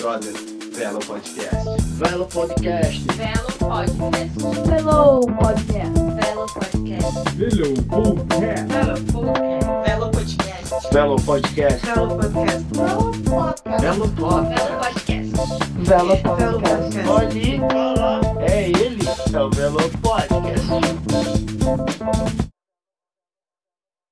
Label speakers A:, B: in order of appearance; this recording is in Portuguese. A: Brother, Velo Podcast.
B: Velo Podcast.
C: Velo Podcast.
D: Velo Podcast.
C: Velo Podcast.
B: Velo Podcast. Velo
C: Velo Podcast.
B: Podcast.
C: Velo Podcast.
B: Velo
C: Velo
B: Podcast.
C: Podcast.
B: Velo
C: Podcast.
B: Olhe, é ele, é o Velo Podcast.